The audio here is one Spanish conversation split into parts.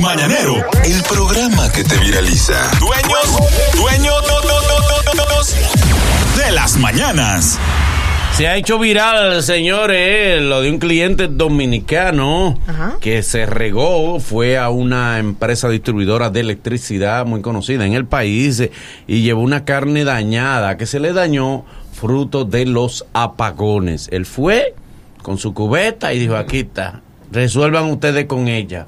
Mañanero, el programa que te viraliza. Dueños, dueños, no, no, no, no, no, no, de las mañanas. Se ha hecho viral, señores, lo de un cliente dominicano Ajá. que se regó, fue a una empresa distribuidora de electricidad muy conocida en el país eh, y llevó una carne dañada que se le dañó fruto de los apagones. Él fue con su cubeta y dijo, aquí está, resuelvan ustedes con ella,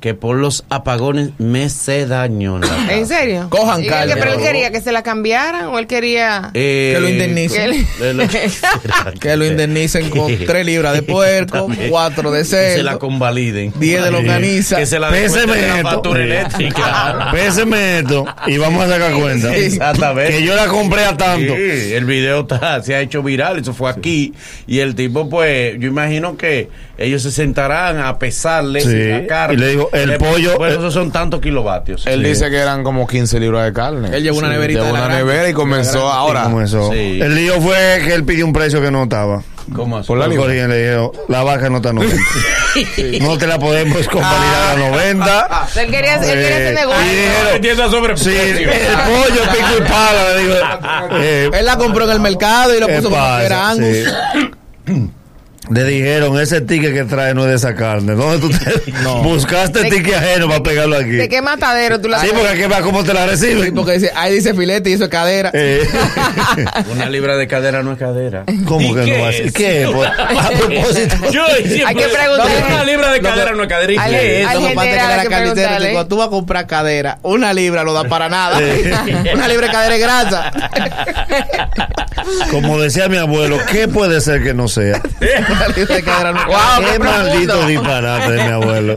que por los apagones me se dañó. la carne". ¿En serio? ¿Y Cojan él carne, que- Pero él por favor. quería que se la cambiaran o él quería. Eh, Que lo indemnice. que él- de lo- será Que lo indemnicen con tres libras de puerco, cuatro de Que se la cerdo. convaliden. Diez de longaniza. Que se la Péseme descuenten de la esto. factura eléctrica. Péseme esto y vamos a sacar cuenta. Exactamente. Que yo la compré a tanto. Sí, el video está- se ha hecho viral, eso fue aquí. Y el tipo, pues, yo imagino que ellos se sentarán a pesarle Sí, la y carne. le digo, el pollo- Bueno, el- esos son tantos kilovatios. Él Sí. dice que eran como 15 libras de carne. Él llevó una Sí, neverita Llevó de la una grande, nevera y comenzó ahora. ¿Cómo eso? Sí. El lío fue que él pidió un precio que no estaba. ¿Cómo así? Por la Al libra. corriente le dijeron, la vaca no está a 90. No te la podemos convalidar a 90. Él quería, él quería Eh, ese y negocio. dijeron, Entiendo sobre Sí, el pollo pico y pala, le digo. eh, Él la compró en el mercado y lo ¿qué puso para pasa? hacer Angus. Sí. Le dijeron, ese ticket que trae no es de esa carne. ¿Dónde tú te- buscaste el ticket ajeno para pegarlo aquí? ¿De qué matadero tú la Sí, porque aquí va cómo te la Sí, reciben. Porque dice, ahí dice filete y eso es cadera. Eh, Una libra de cadera no es cadera. ¿Cómo que no va a ser? ¿Qué? Pues, a propósito. Yo siempre- Hay que preguntarle. Una libra de No, cadera pero- no es cadera. ¿Y Al- qué es? al- Eso que pasa es que general la hay que ¿eh? carnicera, preguntarle. cuando tú vas a comprar cadera, una libra no da para nada. una libra de cadera es grasa. Como decía mi abuelo, ¿qué puede ser que no sea? una libra de cadera no Wow, Qué qué profundo. maldito disparate de mi abuelo.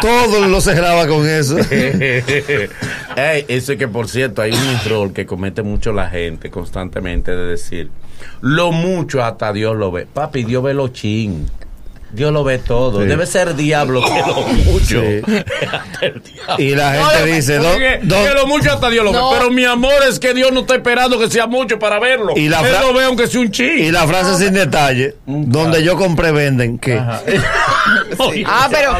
Todo lo se graba con eso. Ey, eso es que por cierto hay un error que comete mucho la gente constantemente de decir lo mucho hasta Dios lo ve. Papi, Dios ve lo chin. Dios lo ve todo. Sí. Debe ser diablo que lo mucho. Sí. Hasta el diablo. Y la gente dice, "Do- Porque- do- que lo mucho hasta Dios lo No. ve. Pero mi amor es que Dios no está esperando que sea mucho para verlo. Y la Él fra- lo ve aunque sea un chin. y la frase sin detalle, donde yo compré venden, ¿qué? Ah, pero. Y además, pero-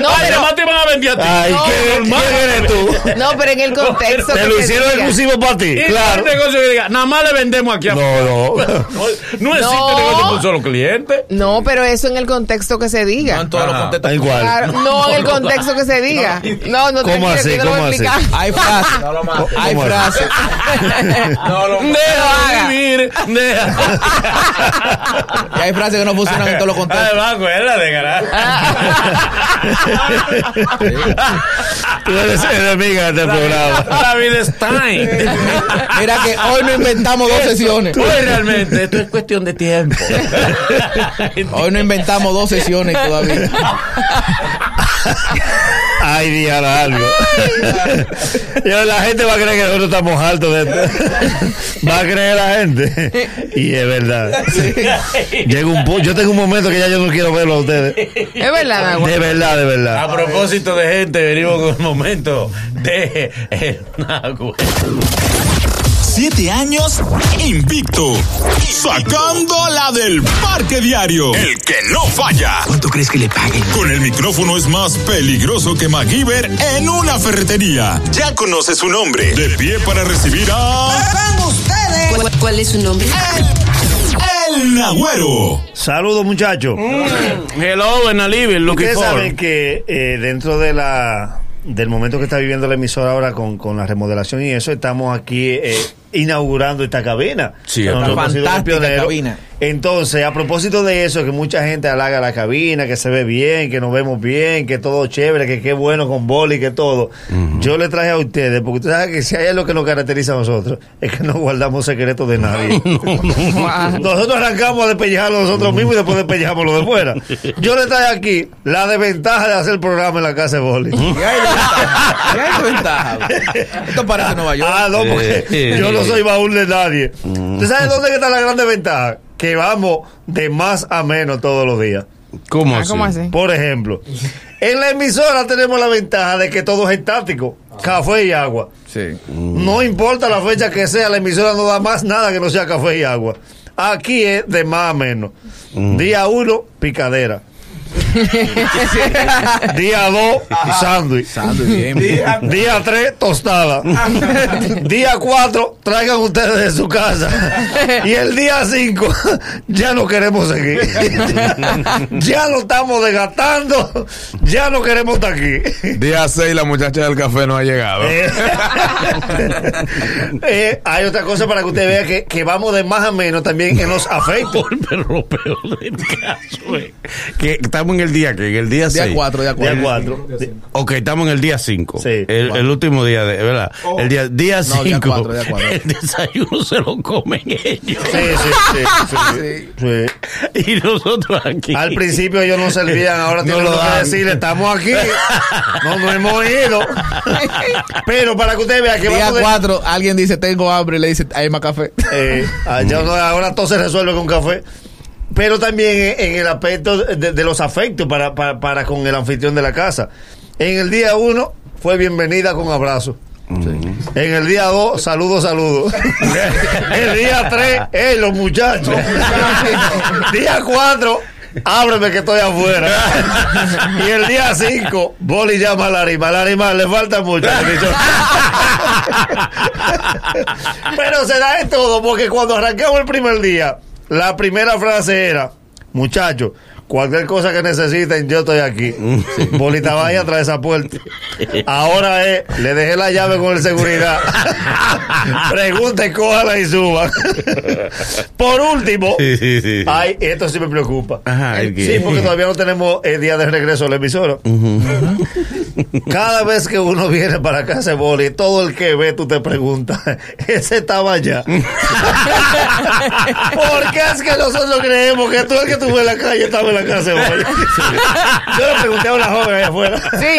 no, además te van a vender a ti. Ay, No, ¿qué, normal. quién eres tú? pero. No, pero en el contexto. Te que lo se hicieron diga. exclusivo para ti, Y claro. el negocio que diga, nada más le vendemos aquí a No, no. No, no existe No. negocio con un solo cliente. No, pero eso en el contexto que se diga. Todos los Ajá. contextos. Da igual. Claro, no, en el contexto que se diga. No, no, ¿Cómo tranquilo, así? que yo lo voy a ¿Cómo así? explicar. Hay frases. ¿Cómo- Hay cómo es? frases. Deja haga. vivir. Deja. Y hay frases que no funcionan en todos los contextos. Además, acuérdate, Ah, carajo. Tú eres enemiga de este programa. David Stein. Mira que hoy no inventamos dos sesiones. Pues realmente, esto es cuestión de tiempo. Hoy no inventamos dos sesiones todavía. Ay, diablo, algo. Yo, la gente va a creer que nosotros estamos altos de Va a creer la gente. Y es verdad. Llega un pu- yo tengo un momento que ya yo no quiero verlo a ustedes. Es verdad, Nagua. De verdad, de A verdad. propósito de gente, venimos con el momento de el Nagüe. Siete años invicto. Sacándola del parque diario. El que no falla. ¿Cuánto crees que le paguen? Con el micrófono es más peligroso que MacGyver en una ferretería. Ya conoce su nombre. De pie para recibir a... ¿Cuál, cuál es su nombre? El Nagüero. Saludos, muchachos. Hello, Benalibi, Ustedes saben que eh, dentro de la del momento que está viviendo la emisora ahora con, con la remodelación y eso, estamos aquí eh, inaugurando esta cabina. Sí, Que nosotros hemos sido los Fantástica pioneros. cabina. Entonces, a propósito de eso, que mucha gente halaga la cabina, que se ve bien, que nos vemos bien, que todo chévere, que qué bueno con boli, que todo. Yo le traje a ustedes, porque ustedes saben que si hay algo que nos caracteriza a nosotros, es que no guardamos secretos de nadie. Nosotros arrancamos a despellejar nosotros mismos y después despellejamos lo de fuera. Yo le traje aquí la desventaja de hacer programa en la casa de boli. Y hay ventaja. Y hay ventaja. Esto parece Nueva York. Ah, no, porque yo no soy baúl de nadie. ¿Tú sabes dónde que está la gran desventaja? Que vamos de más a menos todos los días. ¿Cómo Ah, ¿Cómo así? Por ejemplo, en la emisora tenemos la ventaja de que todo es estático, café y agua. Sí. No importa la fecha que sea, la emisora no da más nada que no sea café y agua. Aquí es de más a menos. Día uno, picadera. Día 2, sándwich. Día 3, tostada. día 4, traigan ustedes de su casa. Y el día 5, ya no queremos seguir. ya lo estamos desgastando. Ya no queremos estar aquí. Día 6 la muchacha del café no ha llegado. Eh, eh, hay otra cosa para que usted vea que, que vamos de más a menos también en los afectos. Pero lo peor del caso es que estamos en el día que en el día 6. Día 4, día 4. Día 4. Ok, estamos en el día 5. Sí. el, el último día de, ¿verdad? el día día No, día 5. cuatro, día cuatro. el desayuno se lo comen ellos. Sí, sí, sí, sí, sí. Y nosotros aquí. Al principio ellos no servían, ahora tienen lo que dan. decirle, estamos aquí, no nos hemos ido. Pero para que usted vea que Día vamos de- 4, alguien dice tengo hambre y le dice hay más café. Eh, allá no- ahora todo se resuelve con café. Pero también en- en el aspecto de, de los afectos para, para, para con el anfitrión de la casa. En el día uno fue bienvenida con abrazo. En el día 2, saludos, saludos. el día 3, eh, los muchachos. día 4, ábreme que estoy afuera. y el día 5, Boli llama a Larima. Larima, le falta mucho. le dicho. Pero se da de todo, porque cuando arrancamos el primer día, la primera frase era, muchachos, cualquier cosa que necesiten, yo estoy aquí. Bolita vaya trae esa puerta. Ahora es, le dejé la llave con el seguridad. Pregunte, cójala y suba. Por último, Sí, sí, sí. ay, esto sí me preocupa. Ajá, ¿el qué? sí, porque todavía no tenemos el día de regreso a la emisora. Cada vez que uno viene para acá se boli, todo el que ve tú te preguntas, ese estaba allá. Porque es que nosotros creemos que todo el que tú ves en la calle estaba en la casa de boli. Yo le pregunté a una joven allá afuera. Sí.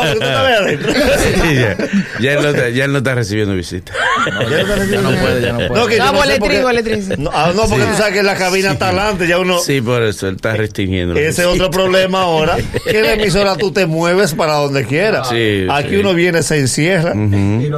Joven, ¿tú estabas adentro? Sí, ya, ya él no está, ya él no está recibiendo visitas. Ya no te- Ya no puede, ya no puede. No, que yo No, no sé por boletrín, qué- boletrín, sí. No, ah, no, porque tú sabes que en la cabina está adelante, ya uno... Sí, por eso él está restringiendo. la Ese es otro problema ahora. Que en la emisora tú te mueves para donde quieras. Sí, Aquí sí. uno viene, se encierra.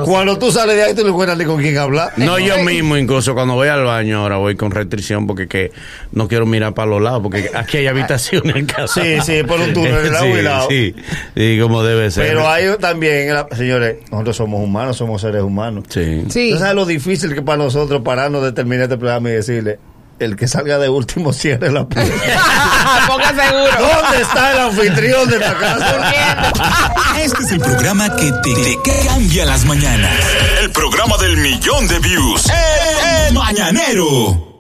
Cuando tú sales de ahí, tú no encuentras ni con quién hablar. No, yo mismo, incluso cuando voy al baño, ahora voy con restricción porque que no quiero mirar para los lados, porque aquí hay habitaciones en casa. Sí, sí, por un túnel, de lado y lado. Sí, sí, como debe ser. Pero hay también, la- señores, nosotros somos humanos, somos seres humanos. Sí. Sí. ¿Tú sabes lo difícil que para nosotros pararnos de terminar este programa y decirle, el que salga de último cierre la puerta? Ponga seguro. ¿Dónde está el anfitrión de la casa? Este es el programa que te, te cambia las mañanas. El programa del millón de views. El mañanero.